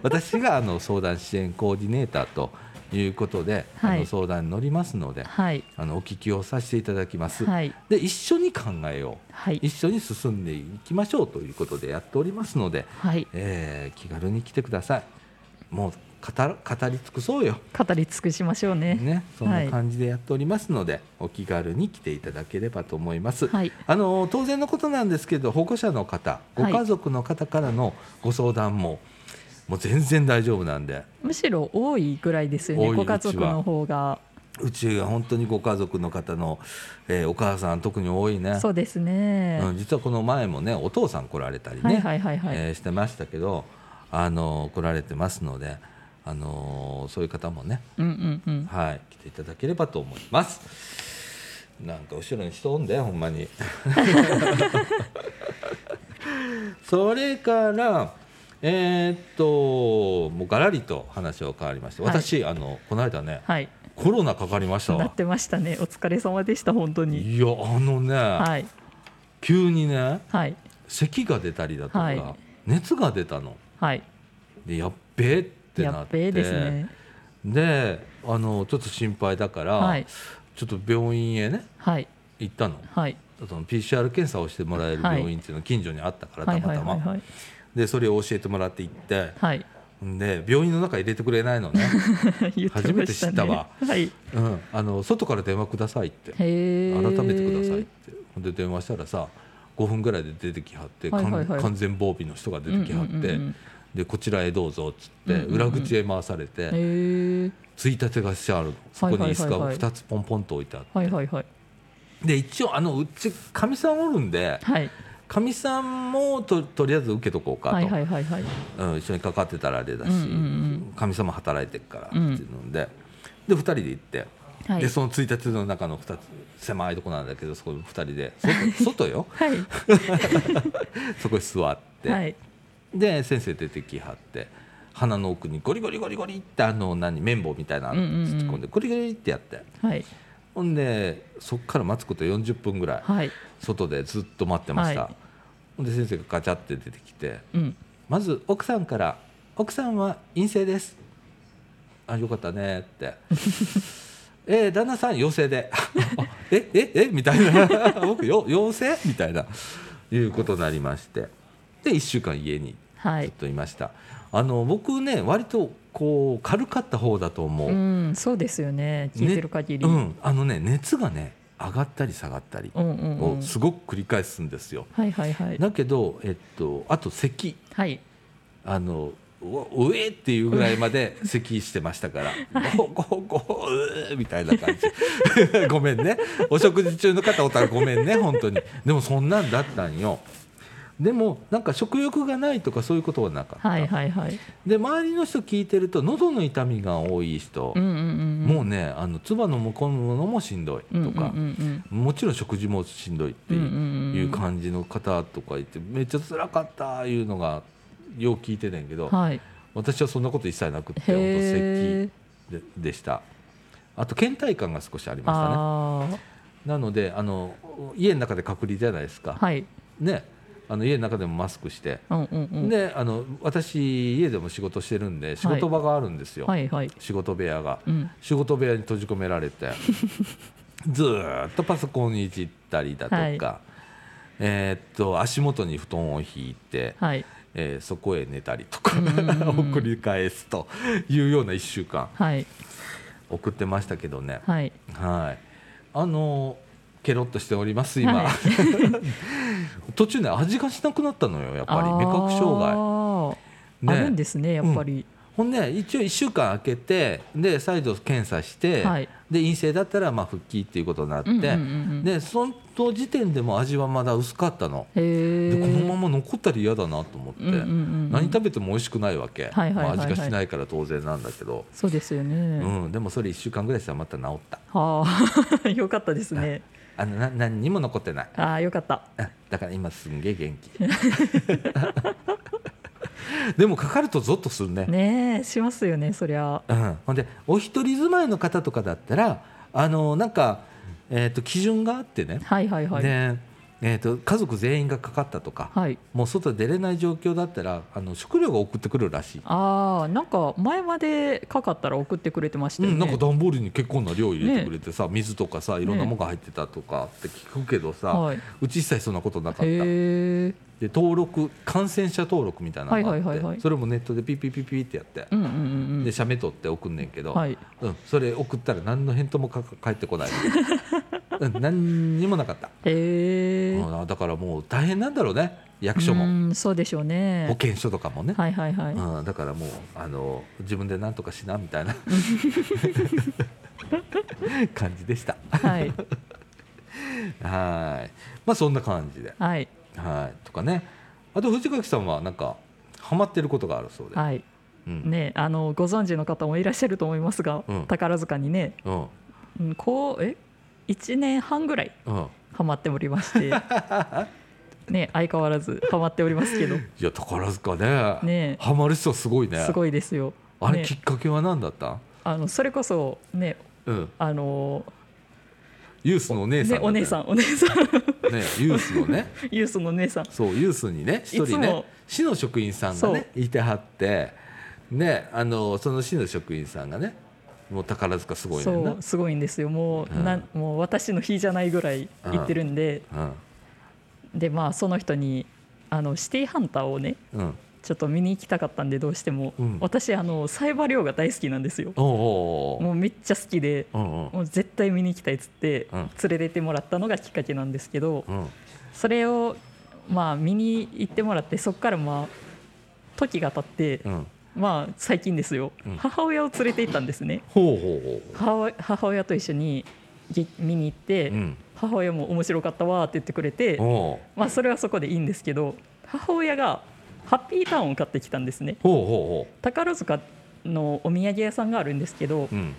Speaker 1: 私があの相談支援コーディネーターということで、
Speaker 2: はい
Speaker 1: あの相談に乗りますので
Speaker 2: はい
Speaker 1: あのお聞きをさせていただきます、
Speaker 2: はい
Speaker 1: で一緒に考えよ
Speaker 2: は
Speaker 1: う
Speaker 2: い
Speaker 1: 一緒に進んでいきましょうということでやっておりますので、
Speaker 2: はい
Speaker 1: えー気軽に来てくださいもう語る語り尽くそうよ、
Speaker 2: 語り尽くしましょうね
Speaker 1: ね、そんな感じでやっておりますので、お気軽に来ていただければと思います、
Speaker 2: はい
Speaker 1: あの当然のことなんですけど保護者の方ご
Speaker 2: はい
Speaker 1: 家族の方からのご相談も、もう全然大丈夫なんで
Speaker 2: むしろ多いぐらいですよね
Speaker 1: 多いうち
Speaker 2: ご
Speaker 1: は
Speaker 2: 家族の方が
Speaker 1: 宇宙が本当にご家族の方の、えーお母さん特に多いね
Speaker 2: そうですね。
Speaker 1: うん、実はこの前もねお父さん来られたりね、
Speaker 2: はいはいはいはい。
Speaker 1: えーしてましたけどあの来られてますのであのそういう方もね、
Speaker 2: うんうんうん。
Speaker 1: はい、来ていただければと思います。なんか後ろに人おんでほんま に。それからえーっともうガラリと話は変わりまして
Speaker 2: はい
Speaker 1: 私、あのこの間ね
Speaker 2: はい。
Speaker 1: コロナかかりました
Speaker 2: な
Speaker 1: わ
Speaker 2: っ。てましたね。お疲れ様でした本当に。
Speaker 1: いやあのね、
Speaker 2: はい
Speaker 1: 急にね
Speaker 2: はい
Speaker 1: 咳が出たりだとか、
Speaker 2: はい
Speaker 1: 熱が出たの
Speaker 2: はい。
Speaker 1: でやっべえって
Speaker 2: や
Speaker 1: な
Speaker 2: っ
Speaker 1: って
Speaker 2: べえですね。
Speaker 1: であのちょっと心配だから、
Speaker 2: はい
Speaker 1: ちょっと病院へね
Speaker 2: はい
Speaker 1: 行ったの
Speaker 2: はい
Speaker 1: その PCR 検査をしてもらえる病院っていうのは近所にあったから、
Speaker 2: はい
Speaker 1: たま
Speaker 2: はい
Speaker 1: たま、
Speaker 2: はいはい。
Speaker 1: でそれを教えてもらって行って
Speaker 2: はい。
Speaker 1: で病院の中入れてくれないのね、
Speaker 2: 言ってましたね
Speaker 1: 初めて知ったわ。
Speaker 2: はい。
Speaker 1: うん、あの外から電話くださいって
Speaker 2: 改
Speaker 1: 改めてくださいってほんで電話したらさ5分ぐらいで出てきはって、
Speaker 2: はいはいはい
Speaker 1: 完完全防備の人が出てきはって、
Speaker 2: うんうんうんうん
Speaker 1: でこちらへどうぞっつって、
Speaker 2: うんうんうん
Speaker 1: 裏口へ回されて、
Speaker 2: へー
Speaker 1: ついたてがしてあるのそこに椅子
Speaker 2: はいはいはいは
Speaker 1: が2
Speaker 2: い
Speaker 1: つポンポンと置いてあって、
Speaker 2: はいはいはい
Speaker 1: で一応あのうちかみさんおるんで
Speaker 2: はい
Speaker 1: かみさんもととりあえず受けとこうかと、
Speaker 2: はいはいはいはい
Speaker 1: うん、一緒にかかってたらあれだし
Speaker 2: うんうん
Speaker 1: かみ、さんも働いてるからっていうので、で2人で行って。
Speaker 2: はい
Speaker 1: でそのついたての中の2つ狭いとこなんだけどそこ2人で 外外よ
Speaker 2: はい
Speaker 1: そこに座って、
Speaker 2: はい
Speaker 1: で先生出てきはって鼻の奥にゴリゴリゴリゴリってあの何綿棒みたいなの突っ込んで、
Speaker 2: うんうん
Speaker 1: ゴリゴリってやって
Speaker 2: はい
Speaker 1: ほんでそっから待つこと40分ぐらい
Speaker 2: はい
Speaker 1: 外でずっと待ってました、
Speaker 2: はい
Speaker 1: ほんで先生がガチャって出てきて
Speaker 2: うん
Speaker 1: まず奥さんから「奥さんは陰性です」「あよかったね」 って「えー旦那さん陽性で」あ「 えええみたいな 「僕よ陽性?」みたいないうことになりましてで1週間家に
Speaker 2: は
Speaker 1: ずっ
Speaker 2: い
Speaker 1: といました、あの僕ね割とこう軽かった方だと思う、
Speaker 2: うんそうですよね聞いてる限り、
Speaker 1: うん、あのね熱がね上がったり下がったり
Speaker 2: うんうんう
Speaker 1: を
Speaker 2: ん
Speaker 1: すごく繰り返すんですよ、
Speaker 2: はいはいはい
Speaker 1: だけど、えっと、あと咳
Speaker 2: はい
Speaker 1: あのううえっていうぐらいまで咳してましたから「ゴーゴーゴーうーみたいな感じ ごめんねお食事中の方おったらごめんね本当にでもそんなんだったんよでもなんか食欲がないとかそういうことはなかった、
Speaker 2: はいはいはい
Speaker 1: で周りの人聞いてると喉の痛みが多い人
Speaker 2: うん、うんうん
Speaker 1: もうねあの唾のむこむのもしんどい
Speaker 2: う
Speaker 1: と
Speaker 2: ん
Speaker 1: か、
Speaker 2: うんうん
Speaker 1: もちろん食事もしんどいって
Speaker 2: うん
Speaker 1: い
Speaker 2: うん
Speaker 1: う,、
Speaker 2: うんうん
Speaker 1: いう感じの方とかいてめっちゃ辛かったいうのがよう聞いてたんやけど、
Speaker 2: うんはい
Speaker 1: 私はそんなこと一切なくって本当
Speaker 2: へ
Speaker 1: 咳
Speaker 2: え
Speaker 1: ででしたあと倦怠感が少しありましたね
Speaker 2: あー
Speaker 1: なのであの家の中で隔離じゃないですか、
Speaker 2: はい
Speaker 1: ねあの家の中でもマスクして、
Speaker 2: うんうんうん
Speaker 1: であの私家でも仕事してるんで仕事場があるんですよ、
Speaker 2: はいはい
Speaker 1: 仕事部屋が、
Speaker 2: うん
Speaker 1: 仕事部屋に閉じ込められ てずーっとパソコンいじったりだとか、
Speaker 2: はい
Speaker 1: えーっと足元に布団を引いて、
Speaker 2: はい
Speaker 1: えーそこへ寝たりとかを
Speaker 2: うんうんうん
Speaker 1: 繰り返すというような1週間
Speaker 2: はい
Speaker 1: 送ってましたけどね、
Speaker 2: はい
Speaker 1: はい、あのケロッとしております今、
Speaker 2: はい
Speaker 1: 途中ね味がしなくなったのよやっぱり味覚障害。
Speaker 2: 害
Speaker 1: ね
Speaker 2: あるんですねやっぱり、
Speaker 1: ほんで一応1週間空けてで再度検査して、
Speaker 2: はい
Speaker 1: で陰性だったらまあ復帰っていうことになって、
Speaker 2: うんうんうんうん
Speaker 1: でその時点でも味はまだ薄かったの、
Speaker 2: へえ
Speaker 1: でこのまま残ったら嫌だなと思って、
Speaker 2: うんうんうん
Speaker 1: 何食べても美味しくないわけ、
Speaker 2: はいはいはいはい
Speaker 1: まあ、味がしないから当然なんだけど、
Speaker 2: そうですよね、
Speaker 1: うん、でもそれ1週間ぐらいしたらまた治った
Speaker 2: はあ よかったですね
Speaker 1: あのな何にも残ってない
Speaker 2: ああよかった
Speaker 1: あだから今すんげえ元 気でもかかるとゾッとするね
Speaker 2: ねえしますよねそりゃ
Speaker 1: うん、ほんでお一人住まいの方とかだったらあのなんか、えー、と基準があってね、
Speaker 2: はいはいはい
Speaker 1: でえー、と家族全員がかかったとか、
Speaker 2: はい
Speaker 1: もう外出れない状況だったらあの食料が送ってくるらしい、
Speaker 2: ああなんか前までかかったら送ってくれてました
Speaker 1: う
Speaker 2: よね、
Speaker 1: ん、なんか段ボールに結構な量入れてくれてさ、水とかさいろんなものが入ってたとかって聞くけどさ、
Speaker 2: はいう
Speaker 1: ち一切そんなことなかった。
Speaker 2: へえ
Speaker 1: で登録感染者登録みたいなのがあって、
Speaker 2: はいはいはいはい
Speaker 1: それもネットでピピピピってやって、
Speaker 2: うんうんうんう
Speaker 1: で
Speaker 2: ん
Speaker 1: 写メ撮って送んねんけど、
Speaker 2: はい
Speaker 1: うん、それ送ったら何の返答もかか返ってこない、 うん、何にもなかった、
Speaker 2: へえ
Speaker 1: うんだからもう大変なんだろうね役所
Speaker 2: う
Speaker 1: も
Speaker 2: んそうでしょう
Speaker 1: 保
Speaker 2: ね。
Speaker 1: 健所とかもね、
Speaker 2: はいはいはい。
Speaker 1: うん、だからもうあの自分でなんとかしなみたい な感じでした。
Speaker 2: はい
Speaker 1: はいまあそんな感じで、
Speaker 2: はい
Speaker 1: はいとかねあと藤垣さんはなんかハマってることがあるそう で、
Speaker 2: はい。
Speaker 1: うん
Speaker 2: ねあのご存知の方もいらっしゃると思いますが、
Speaker 1: うん
Speaker 2: 宝塚にね、
Speaker 1: うん
Speaker 2: うん、こうえ一年半ぐらい
Speaker 1: うん、
Speaker 2: ハマっておりま して、ね相変わらずハマっておりますけど、
Speaker 1: いや宝塚ね
Speaker 2: ね
Speaker 1: ハマる人すごいね
Speaker 2: すごいですよ。
Speaker 1: あれ
Speaker 2: ね
Speaker 1: きっかけは何だった、
Speaker 2: あのそれこそね
Speaker 1: うん、
Speaker 2: あの
Speaker 1: ユースのお姉さん
Speaker 2: ねお姉さ
Speaker 1: ん、ね、
Speaker 2: んお姉さん
Speaker 1: ユースのね
Speaker 2: ユースのお姉さん
Speaker 1: そうユースにね一
Speaker 2: いつ
Speaker 1: 人ね
Speaker 2: も
Speaker 1: 市の職員さんがねいてはってねあのその市の職員さんがねもう宝塚すごいねんな
Speaker 2: そうすごいんですよもう,、
Speaker 1: うん
Speaker 2: なんもう私の日じゃないぐらい行ってるんで、でまあその人にあのシティハンターをね
Speaker 1: うんうん
Speaker 2: ちょっと見に行きたかったんでどうしても、
Speaker 1: うん
Speaker 2: 私あのサイバリョウが大好きなんですよ
Speaker 1: おうおう
Speaker 2: もうめっちゃ好きで
Speaker 1: おううん
Speaker 2: もう絶対見に行きたいっつって
Speaker 1: うん
Speaker 2: 連れてってもらったのがきっかけなんですけど
Speaker 1: うんうん
Speaker 2: それをまあ見に行ってもらってそこからまあ時が経って、
Speaker 1: うん
Speaker 2: まあ最近ですよ、
Speaker 1: うん
Speaker 2: 母親を連れて行ったんですね
Speaker 1: ほうほうほ
Speaker 2: 母母親と一緒にげ見に行って、
Speaker 1: ううん
Speaker 2: 母親も面白かったわって言ってくれて、
Speaker 1: おう
Speaker 2: まあ、それはそこでいいんですけど母親がハッピーターンを買ってきたんですね
Speaker 1: ほうほ
Speaker 2: 宝塚のお土産屋さんがあるんですけど
Speaker 1: うほううん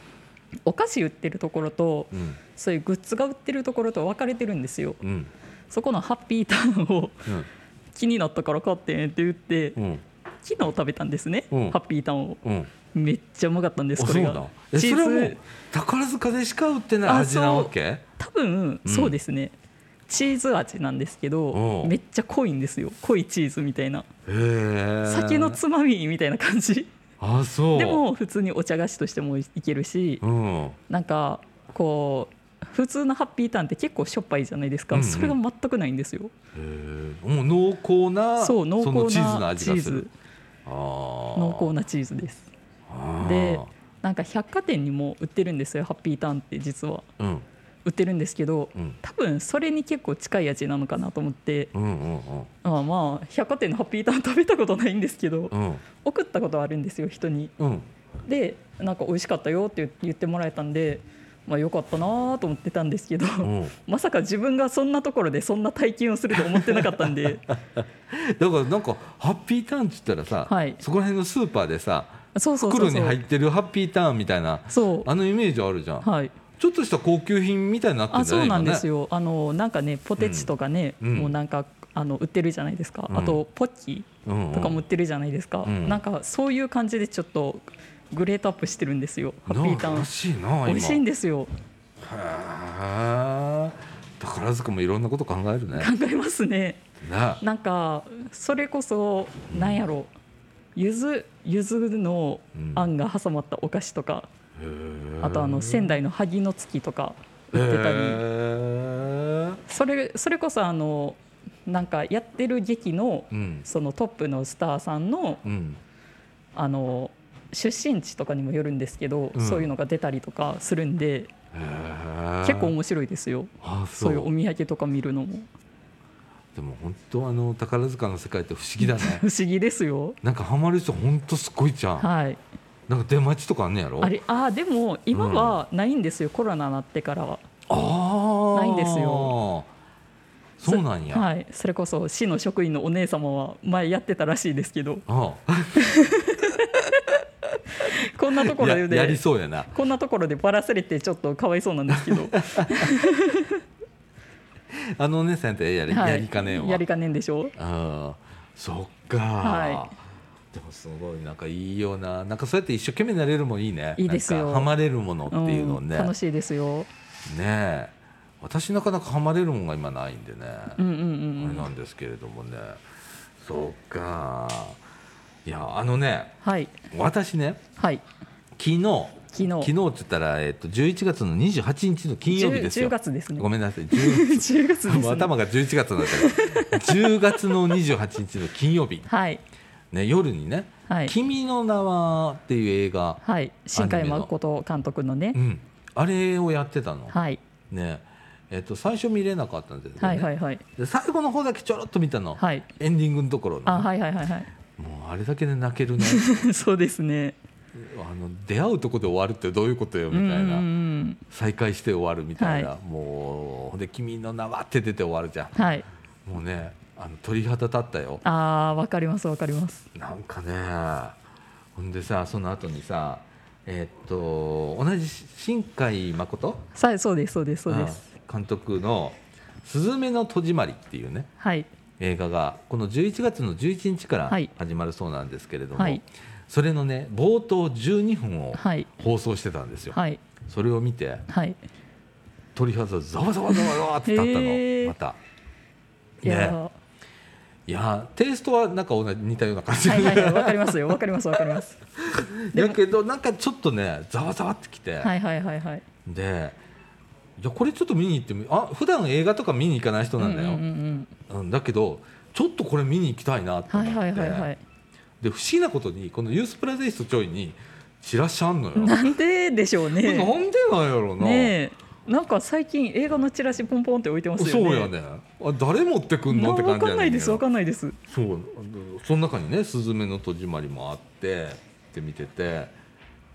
Speaker 2: お菓子売ってるところと
Speaker 1: うん
Speaker 2: そういうグッズが売ってるところと分かれてるんですよ
Speaker 1: うん
Speaker 2: そこのハッピーターンを
Speaker 1: うん
Speaker 2: 気になったから買ってんって言って
Speaker 1: うん
Speaker 2: 昨日食べたんですね、
Speaker 1: うん
Speaker 2: ハッピーターンを
Speaker 1: うん
Speaker 2: めっちゃうまかったんです
Speaker 1: あ
Speaker 2: こ
Speaker 1: そう
Speaker 2: れ
Speaker 1: だ
Speaker 2: が
Speaker 1: えそ
Speaker 2: チ
Speaker 1: れはも
Speaker 2: ーズ
Speaker 1: う宝塚でしか売ってない味なわけ
Speaker 2: 多分
Speaker 1: うん
Speaker 2: そうですね、チーズ味なんですけど
Speaker 1: おう
Speaker 2: めっちゃ濃いんですよ濃いチーズみたいな
Speaker 1: へえ
Speaker 2: 酒のつまみみたいな感じ
Speaker 1: あそう
Speaker 2: でも普通にお茶菓子としてもいけるし
Speaker 1: うん
Speaker 2: なんかこう普通のハッピーターンって結構しょっぱいじゃないですか、
Speaker 1: うんうん
Speaker 2: それが全くないんですよ
Speaker 1: へえもう濃厚な
Speaker 2: そう濃厚
Speaker 1: そのチーズの
Speaker 2: な
Speaker 1: 味
Speaker 2: チ
Speaker 1: が
Speaker 2: ー
Speaker 1: する
Speaker 2: ズ
Speaker 1: あ
Speaker 2: 濃厚
Speaker 1: な
Speaker 2: なチーズです
Speaker 1: で
Speaker 2: でなんか百貨店にも売ってるんですよハッピーターンって実は
Speaker 1: うん
Speaker 2: 売ってるんですけど
Speaker 1: うん
Speaker 2: 多分それに結構近い味なのかなと思って
Speaker 1: うんうんうん
Speaker 2: ああまあ百貨店のハッピーターン食べたことないんですけど
Speaker 1: うん
Speaker 2: 送ったことはあるんですよ人に
Speaker 1: うん
Speaker 2: でなんか美味しかったよって言ってもらえたんでまあ良かったなーと思ってたんですけど、
Speaker 1: うん
Speaker 2: まさか自分がそんなところでそんな体験をすると思ってなかった んで
Speaker 1: だからなんかハッピーターンっつったらさ、
Speaker 2: はい
Speaker 1: そこら辺のスーパーでさ
Speaker 2: そうそうそ
Speaker 1: 袋
Speaker 2: う
Speaker 1: に
Speaker 2: そう
Speaker 1: 入ってるハッピーターンみたいな
Speaker 2: そ
Speaker 1: あのイメージあるじゃん、
Speaker 2: うはい
Speaker 1: ちょっとした高級品みたいになって
Speaker 2: あ
Speaker 1: んじゃ
Speaker 2: そ
Speaker 1: な
Speaker 2: う
Speaker 1: い
Speaker 2: なんです
Speaker 1: よ、
Speaker 2: よあのなんかねポテチとかね、
Speaker 1: うんうん
Speaker 2: もうなんかあの売ってるじゃないですか、
Speaker 1: うん
Speaker 2: あとポッキ
Speaker 1: 今ねうんう
Speaker 2: ー
Speaker 1: ん、
Speaker 2: とかも売ってるじゃないですか、
Speaker 1: うん
Speaker 2: なんかそういう感じでちょっとグレートアップしてるんですよハッピータ
Speaker 1: なあ
Speaker 2: ー
Speaker 1: ら
Speaker 2: ン
Speaker 1: しいな今
Speaker 2: 美味しいんですよ
Speaker 1: へえ宝塚もいろんなこと考えるね
Speaker 2: 考えますね
Speaker 1: ね
Speaker 2: なんかそれこそ
Speaker 1: うん
Speaker 2: なんやろゆずゆずのあんが挟まったお菓子とか、あとあの仙
Speaker 1: 台
Speaker 2: 台の萩の月とか売ってたり、それそれこそあのなんかやってる劇の
Speaker 1: うん
Speaker 2: そのトップのスターさんの
Speaker 1: うん
Speaker 2: あの出身地とかにもよるんですけど、
Speaker 1: うん
Speaker 2: そういうのが出たりとかするんで
Speaker 1: へー
Speaker 2: 結構面白いですよ
Speaker 1: あ
Speaker 2: そ
Speaker 1: そうう
Speaker 2: いうお土産とか見るのも
Speaker 1: でも本当あの宝塚の世界って不思議だ ね
Speaker 2: 不思議ですよ。
Speaker 1: なんかハマる人本当すごいじゃん、
Speaker 2: はい、
Speaker 1: なんか出待ちとかあんねやろ
Speaker 2: あれあーでも今はないんですよ、コロナになってからは。
Speaker 1: あー
Speaker 2: ないんですよ
Speaker 1: そうなんや、
Speaker 2: はい、それこそ市の職員のお姉様は前やってたらしいですけど
Speaker 1: あ
Speaker 2: こんなところ
Speaker 1: ややり
Speaker 2: で
Speaker 1: そうやな
Speaker 2: こんなところでばらされてちょっとかわいそうなんですけ ど
Speaker 1: あのお姉さんってやり,、
Speaker 2: はい
Speaker 1: やりかねえわ
Speaker 2: やりかねんでしょう
Speaker 1: あーそっか、
Speaker 2: は
Speaker 1: でもすごいなんかいいよななんかそうやって一生懸命になれるもんいいね
Speaker 2: いいですよ
Speaker 1: なんかハマれるものっていうのを
Speaker 2: ん、
Speaker 1: ね、
Speaker 2: 楽
Speaker 1: ね
Speaker 2: しいですよ
Speaker 1: え私なかなかハマれるもんが今ないんでね、
Speaker 2: うんうん
Speaker 1: あれ
Speaker 2: うんう
Speaker 1: なんんですけれどもねそっかいやあのね
Speaker 2: はい
Speaker 1: 私ね
Speaker 2: はい
Speaker 1: 昨日
Speaker 2: 昨日
Speaker 1: 昨日って言ったら、えっと、11月の28日の金曜日ですよ
Speaker 2: 10 10月ですね
Speaker 1: ごめんなさい10
Speaker 2: 10月です
Speaker 1: もう
Speaker 2: ね
Speaker 1: 頭が11月になってる10月の28日の金曜日、
Speaker 2: はい
Speaker 1: ね、夜にね
Speaker 2: は
Speaker 1: 「
Speaker 2: い、
Speaker 1: 君の名は」っていう映画、
Speaker 2: はい、新海誠監督のね
Speaker 1: うん、あれをやってたの、
Speaker 2: はい
Speaker 1: ねえっと、最初見れなかったんですけど、ね
Speaker 2: はいはいはい
Speaker 1: で最後の方だけちょろっと見たの、
Speaker 2: はい
Speaker 1: エンディングのところの
Speaker 2: あはいはいはいは
Speaker 1: もうあれだけで泣け るね
Speaker 2: いそうですね
Speaker 1: あの出会うとこで終わるってどういうことよ
Speaker 2: う
Speaker 1: み
Speaker 2: んうん
Speaker 1: た
Speaker 2: う
Speaker 1: いなん再会して終わるみたいな、
Speaker 2: は
Speaker 1: もうほんで「君の名は」って出て終わるじゃ
Speaker 2: はい
Speaker 1: んもうねあの鳥肌立ったよ
Speaker 2: あーわかりますわかります
Speaker 1: なんかねほんでさその後にさえっと同じ新海誠
Speaker 2: さそうですそうですそうです
Speaker 1: うん監督の「すずめの戸締まり」っていうね
Speaker 2: はい
Speaker 1: 映画がこの11月の11日から
Speaker 2: はい
Speaker 1: 始まるそうなんですけれども、
Speaker 2: はい
Speaker 1: それのね冒頭12分を
Speaker 2: はい
Speaker 1: 放送してたんですよ、
Speaker 2: はい
Speaker 1: それを見て
Speaker 2: はい
Speaker 1: 鳥肌がざわざわざわざわって立ったの、
Speaker 2: へー
Speaker 1: また。
Speaker 2: いやー
Speaker 1: ね、いやテイストはなんか同じ似たような感じ、
Speaker 2: はいはいはいわかりますよわかりますわかります
Speaker 1: だけどなんかちょっと ねざわざわってきて、
Speaker 2: はいはいはいはい
Speaker 1: でじゃあこれちょっと見に行ってみあ普段映画とか見に行かない人なんだよ、
Speaker 2: うんうんうん
Speaker 1: うん、だけどちょっとこれ見に行きたいなと
Speaker 2: は
Speaker 1: 思
Speaker 2: い
Speaker 1: って、
Speaker 2: はいはいはい
Speaker 1: で不思議なことにこのユースプラゼイストちょいにチラシあんのよ、
Speaker 2: なんででしょう
Speaker 1: これな
Speaker 2: ね
Speaker 1: んでなんやろな、
Speaker 2: ねえなんか最近映画のチラシポンポンって置いてますよね
Speaker 1: そうやねあ誰持ってくんのって感
Speaker 2: わ
Speaker 1: じ
Speaker 2: か
Speaker 1: や
Speaker 2: んな
Speaker 1: ね
Speaker 2: い
Speaker 1: んけ
Speaker 2: です
Speaker 1: ど
Speaker 2: わかんないです
Speaker 1: そうあのその中にね「すずめの戸締まり」もあってって見てて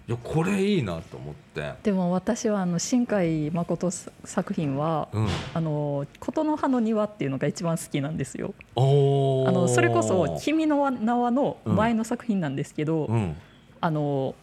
Speaker 1: いやこれいいなと思って
Speaker 2: でも私はあの新海誠作品は
Speaker 1: うん
Speaker 2: あの琴の葉の庭っていうのが一番好きなんですよ。
Speaker 1: おー
Speaker 2: あのそれこそ君の名はの前の作品なんですけど、
Speaker 1: うん
Speaker 2: あの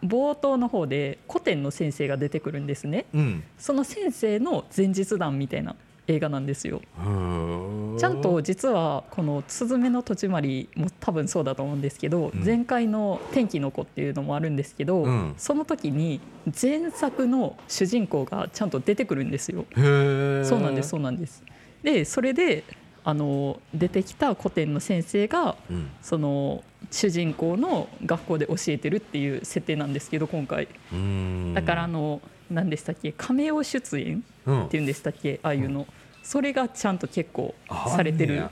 Speaker 2: 冒頭の方で古典の先生が出てくるんですね。
Speaker 1: うん
Speaker 2: その先生の前日談みたいな映画なんですよ。
Speaker 1: へー
Speaker 2: ちゃんと実はこの「すずめの戸締まり」も多分そうだと思うんですけど、
Speaker 1: うん
Speaker 2: 前回の「天気の子」っていうのもあるんですけど、
Speaker 1: うん
Speaker 2: その時に前作の主人公がちゃんと出てくるんですよ。
Speaker 1: へー
Speaker 2: そうなんですそうなんですでそれであの出てきた古典の先生が
Speaker 1: うん
Speaker 2: その主人公の学校で教えてるっていう設定なんですけど今回
Speaker 1: うーん
Speaker 2: だからあの、何でしたっけ亀尾出演
Speaker 1: うん
Speaker 2: っていうんでしたっけああいうの、それがちゃんと結構
Speaker 1: あ
Speaker 2: されて
Speaker 1: あんね
Speaker 2: る
Speaker 1: や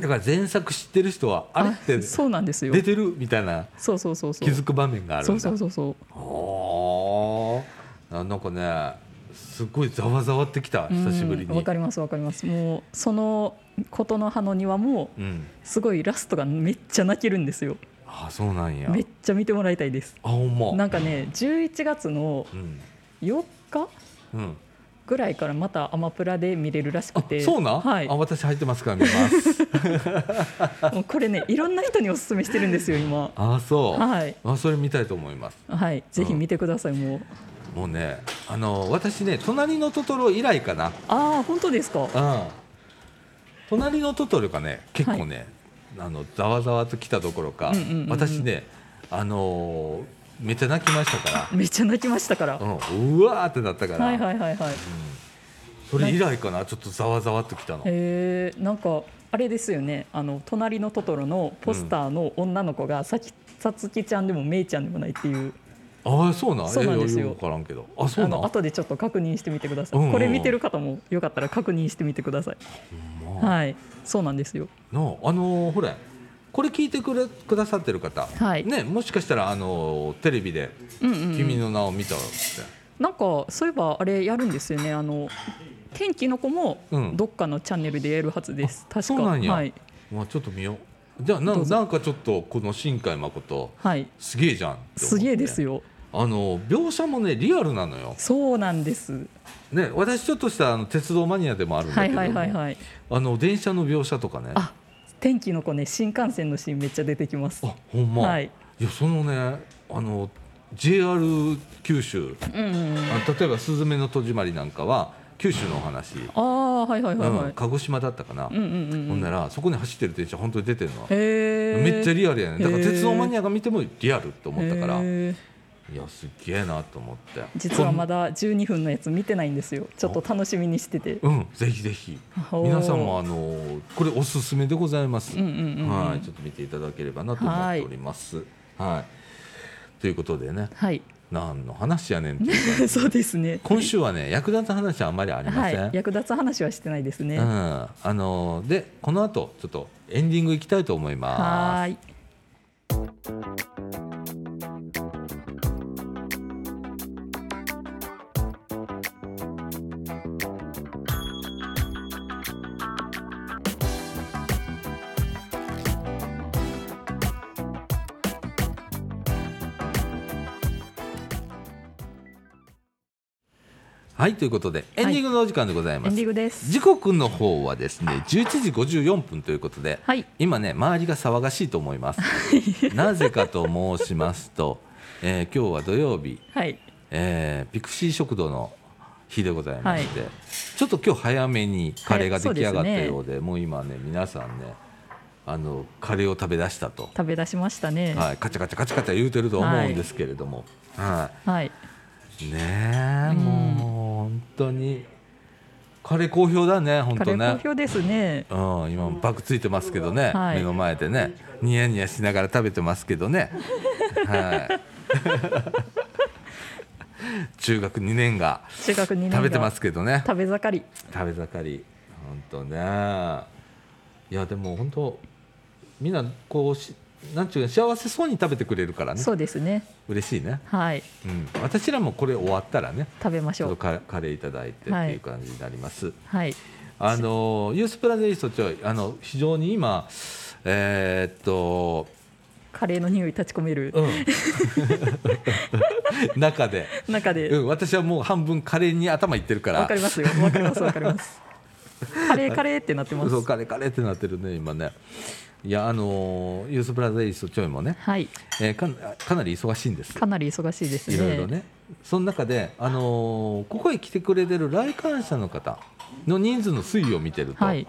Speaker 1: だから前作知ってる人はあれって
Speaker 2: そうなんですよ
Speaker 1: 出てるみたいな
Speaker 2: そうそうそうそ
Speaker 1: 気
Speaker 2: う
Speaker 1: づく場面がある
Speaker 2: そ
Speaker 1: ん
Speaker 2: う
Speaker 1: だ
Speaker 2: そうそうそう
Speaker 1: おーななんかねすごいざわざわってきた久しぶり
Speaker 2: う
Speaker 1: に
Speaker 2: んわかりますわかりますもうその琴の葉の庭も
Speaker 1: うん
Speaker 2: すごいラストがめっちゃ泣けるんですよ
Speaker 1: あそうなんや
Speaker 2: めっちゃ見てもらいたいです
Speaker 1: あほんま
Speaker 2: なんかね11月の
Speaker 1: うん
Speaker 2: 4日
Speaker 1: うん
Speaker 2: ぐらいからまたアマプラで見れるらしく
Speaker 1: あ
Speaker 2: て
Speaker 1: そうなん、
Speaker 2: はい、
Speaker 1: あ
Speaker 2: も
Speaker 1: 私入ってますから見ま す
Speaker 2: う これねいろんな人におすすめしてるんですよ今
Speaker 1: あそう、
Speaker 2: はい
Speaker 1: あそれ見たいと思います
Speaker 2: はいぜひ見てください、もう
Speaker 1: もうねあの私ね隣のトトロ以来かな
Speaker 2: ああ本当ですか
Speaker 1: うん隣のトトロがね結構ね、あのざわざわときたどころか、
Speaker 2: うんうんうんうん
Speaker 1: 私ねあのーめっちゃ泣きましたか
Speaker 2: めっちゃ泣きましたから、
Speaker 1: ら、うん、うわーってなったから、
Speaker 2: はいはいはいはい
Speaker 1: それ以来かなちょっとざわざわっときたの
Speaker 2: えー、なんかあれですよねあの隣のトトロのポスターの女の子がさきさつきちゃんでもめいちゃんでもないっていう
Speaker 1: ああそうなん
Speaker 2: そうなんですよ
Speaker 1: えー分からんけどあそう
Speaker 2: あ
Speaker 1: なん
Speaker 2: の後でちょっと確認してみてください、
Speaker 1: うんうんうん
Speaker 2: これ見てる方もよかったら確認してみてください、
Speaker 1: ほんま
Speaker 2: はいそうなんですよ
Speaker 1: なああのーほれこれ聞いてくれくださってる方、
Speaker 2: はい
Speaker 1: ね、もしかしたら、あのーテレビで
Speaker 2: うんう
Speaker 1: 「
Speaker 2: ん、
Speaker 1: 君の名を見た」って、
Speaker 2: なんかそういえばあれやるんですよねあの天気の子も
Speaker 1: うん
Speaker 2: どっかのチャンネルでやるはずです、確か
Speaker 1: そうなんや
Speaker 2: はい、
Speaker 1: まあ、ちょっと見ようじゃあな
Speaker 2: どうぞ
Speaker 1: なんかちょっとこの新海誠
Speaker 2: はい、
Speaker 1: すげえじゃんって思って
Speaker 2: すげえですよ
Speaker 1: あの描写もねリアルなのよ、
Speaker 2: そうなんです
Speaker 1: ね、私ちょっとしたあの鉄道マニアでもあるんだ
Speaker 2: は
Speaker 1: け
Speaker 2: い
Speaker 1: ども、
Speaker 2: はいはいはい
Speaker 1: あの電車の描写とかね
Speaker 2: あ天気の子ね新幹線のシーンめっちゃ出てきます
Speaker 1: あほんま、
Speaker 2: はい
Speaker 1: いやそのねあの JR 九州
Speaker 2: うんうんうん
Speaker 1: あ例えば「すずめの戸締まり」なんかは九州のお話、
Speaker 2: ああはいはいはいは
Speaker 1: うん
Speaker 2: い、
Speaker 1: 鹿児島だったかな、
Speaker 2: うん、うんうん
Speaker 1: ほ
Speaker 2: うんん
Speaker 1: ならそこに走ってる電車本当に出てるの、
Speaker 2: へえ
Speaker 1: めっちゃリアルやねだから
Speaker 2: へー
Speaker 1: 鉄道マニアが見てもリアルって思ったから、
Speaker 2: へー
Speaker 1: いやすげえなと思って
Speaker 2: 実はま
Speaker 1: だ
Speaker 2: だ12分のやつ見てないんですよちょっと楽しみにしてて
Speaker 1: うんぜひぜひ
Speaker 2: おー
Speaker 1: 皆さんもあのーこれおすすめでございます、
Speaker 2: うんうんうんうん
Speaker 1: はいちょっと見ていただければなと思っておりますはい、ということでね
Speaker 2: はい
Speaker 1: 何の話やねんって いうか
Speaker 2: そうですね
Speaker 1: 今週はね役立つ話はあんまりありま
Speaker 2: は
Speaker 1: せん、
Speaker 2: い役立つ話はしてないですね、
Speaker 1: うん、あのーでこの後ちょっとエンディングいきたいと思います
Speaker 2: はーい
Speaker 3: 「
Speaker 1: はいということでエンディングのお時間でござい
Speaker 2: エ
Speaker 1: ま
Speaker 2: ン
Speaker 1: す、
Speaker 2: ディングです
Speaker 1: 時刻の方はですね11時54分ということで、
Speaker 2: はい
Speaker 1: 今ね周りが騒がしいと思い ますなぜかと申しますと、えー今日は土曜日、
Speaker 2: はい
Speaker 1: えーピクシー食堂の日でございまして、ちょっと今日早めにカレーが出来上がったようでもう今ね皆さんねあのカレーを食べ出したと、
Speaker 2: 食べ出しましたねは
Speaker 1: はい、カチャカチャカチャカチャ言うてると思うんですけれども、はい
Speaker 2: い、
Speaker 1: ねえ、
Speaker 2: うん
Speaker 1: もう本当にカレー好評だね本
Speaker 2: カレ
Speaker 1: 当
Speaker 2: ー好
Speaker 1: ね
Speaker 2: 評ですね
Speaker 1: うん、今もバクついてますけどね、
Speaker 2: はい
Speaker 1: 目の前でねニヤニヤしながら食べてますけどねはい中学2年が
Speaker 2: 中学2年が
Speaker 1: 食べてますけどね
Speaker 2: 食べ盛り
Speaker 1: 食べ盛り本当ねいやでも本当みんなこうしなんちゅうの幸せそうに食べてくれるからね
Speaker 2: そうですね
Speaker 1: 嬉しいね、
Speaker 2: はい
Speaker 1: うん、私らもこれ終わったらね
Speaker 2: 食べまし
Speaker 1: ちょっと
Speaker 2: ょう
Speaker 1: カカレーいただいてって
Speaker 2: はい
Speaker 1: いう感じになります。
Speaker 2: はい
Speaker 1: あのユースプラゼリストちょいあの非常に今えーっと、
Speaker 2: カレーの匂い立ち込める
Speaker 1: うん、 中で、
Speaker 2: 中
Speaker 1: う
Speaker 2: で
Speaker 1: ん、私はもう半分カレーに頭いってるから
Speaker 2: わかりますよわかりますわかりますカレーカレーってなってます
Speaker 1: そうカレーカレーってなってるね今ねいやあのユースプラゼリストちょいもね、
Speaker 2: はい
Speaker 1: えーかかなり忙しいんです
Speaker 2: かなり忙しいですね
Speaker 1: いろいろねその中で、あのーここへ来てくれてる来館者の方の人数の推移を見てると、
Speaker 2: はい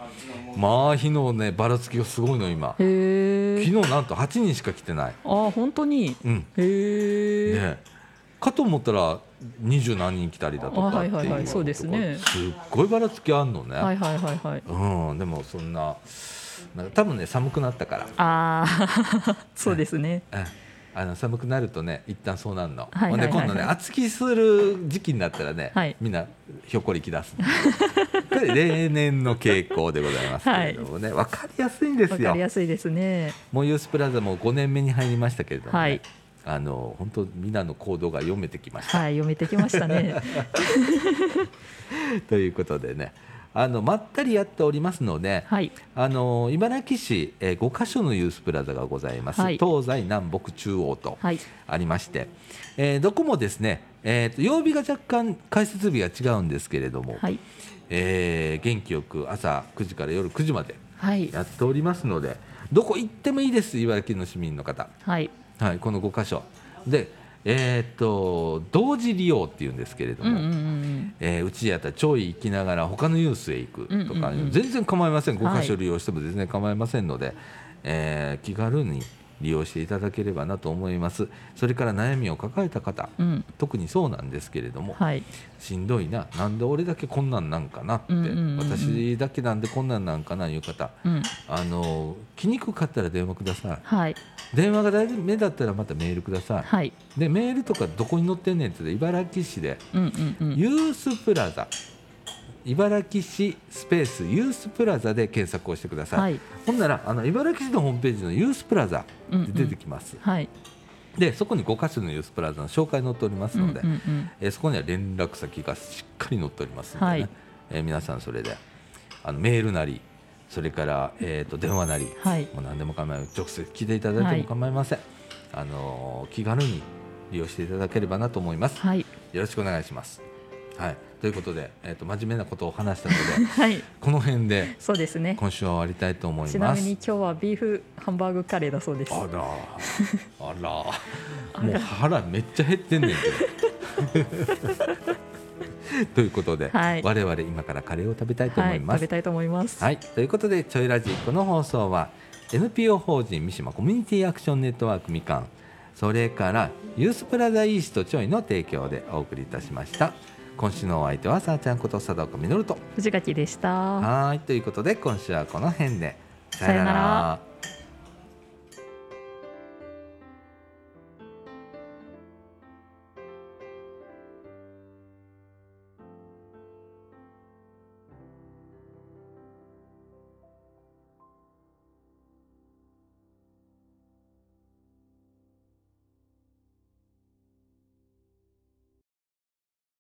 Speaker 1: まあ日のねばらつきがすごいの今
Speaker 2: へえ
Speaker 1: 昨日なんと8人しか来てない、
Speaker 2: あー本当に
Speaker 1: うん
Speaker 2: へえ、
Speaker 1: ね、かと思ったら二十何人来たりだとか
Speaker 2: あ
Speaker 1: って
Speaker 2: はいいうはいはいそうですね
Speaker 1: とこすっごいばらつきあんのね、
Speaker 2: はいはいはいはい
Speaker 1: うん、でもそんななんか多分ね寒くなったから
Speaker 2: ああ そうですね
Speaker 1: うんあの寒くなるとね一旦そうなるの、
Speaker 2: はいはいはいはい
Speaker 1: ほんで今度ね厚着する時期になったらね、
Speaker 2: はい
Speaker 1: みんなひょっこりき出す これ例年の傾向でございますけれどもね、わかりやすいんで
Speaker 2: わ
Speaker 1: す
Speaker 2: か
Speaker 1: よ
Speaker 2: りやすいですね
Speaker 1: もうユースプラザも5年目に入りましたけれども、ね
Speaker 2: はい
Speaker 1: あの本当みんなの行動が読めてきました、
Speaker 2: はい読めてきましたね
Speaker 1: ということでねあのまったりやっておりますので、
Speaker 2: はい
Speaker 1: あの茨城市、えー、5か所のユースプラザがございます、
Speaker 2: はい
Speaker 1: 東西南北中央と
Speaker 2: はい
Speaker 1: ありまして、えーどこもですね、えーと曜日が若干開設日が違うんですけれども、
Speaker 2: はい
Speaker 1: えー元気よく朝9時から夜9時まで
Speaker 2: はい
Speaker 1: やっておりますのでどこ行ってもいいです茨城の市民の方、
Speaker 2: はい
Speaker 1: はい、この5か所で、えー、と同時利用っていうんですけれど
Speaker 2: う
Speaker 1: も、
Speaker 2: んうんうん
Speaker 1: えーうちやったらちょい行きながら他のユースへ行くとか、
Speaker 2: うんうんうん
Speaker 1: 全然構いません
Speaker 2: は
Speaker 1: 5
Speaker 2: い
Speaker 1: 箇所利用しても全然構いませんので、えー気軽に利用していただければなと思いますそれから悩みを抱えた方
Speaker 2: うんうん
Speaker 1: 特にそうなんですけれども、
Speaker 2: はい
Speaker 1: しんどいななんで俺だけこんなんなんかなって、
Speaker 2: うんうんうんうん
Speaker 1: 私だけなんでこんなんなんかないう方
Speaker 2: うん
Speaker 1: あの気にくかったら電話くださ
Speaker 2: はい
Speaker 1: い電話がダメだったらまたメールくださ
Speaker 2: はい
Speaker 1: いでメールとかどこに載ってんねんって言ったら茨城市で
Speaker 2: うんうんうん
Speaker 1: ユースプラザ茨城市スペースユースプラザで検索をしてください、
Speaker 2: はい
Speaker 1: ほんならあの茨城市のホームページのユースプラザで出てきます、
Speaker 2: はい
Speaker 1: でそこに5箇所のユースプラザの紹介載っております
Speaker 2: うんう
Speaker 1: の
Speaker 2: ん
Speaker 1: で、
Speaker 2: うん
Speaker 1: えーそこには連絡先がしっかり載っておりますので、ね
Speaker 2: はい
Speaker 1: えー皆さんそれであのメールなりそれから、えー、と電話なり
Speaker 2: はい
Speaker 1: もう何でも構いません直接来ていただいても構いません、あのー気軽に利用していただければなと思います、
Speaker 2: はい
Speaker 1: よろしくお願いします。はい、ということで、えー、と真面目なことを話したの で
Speaker 2: はい
Speaker 1: この辺で
Speaker 2: そうですね
Speaker 1: 今週は終わりたいと思い
Speaker 2: ちな
Speaker 1: ま
Speaker 2: みに
Speaker 1: す。
Speaker 2: 今日はビーフハンバーグカレーだそうです
Speaker 1: あらあ らもう腹めっちゃ減ってんねんけ ど。ということで、
Speaker 2: はい
Speaker 1: 我々今からカレーを食べたいと思
Speaker 2: はいい
Speaker 1: ま
Speaker 2: 食
Speaker 1: す
Speaker 2: べ。たいと思います
Speaker 1: はい、ということで「ちょいラジ」この放送は NPO 法人三島コミュニティアクションネットワークみかんそれからユースプラザイーストちょいの提供でお送りいたしました今週のお相手はさあちゃんこと佐藤みのると
Speaker 2: 藤垣でした
Speaker 1: はーいということで今週はこの辺で
Speaker 2: さよなら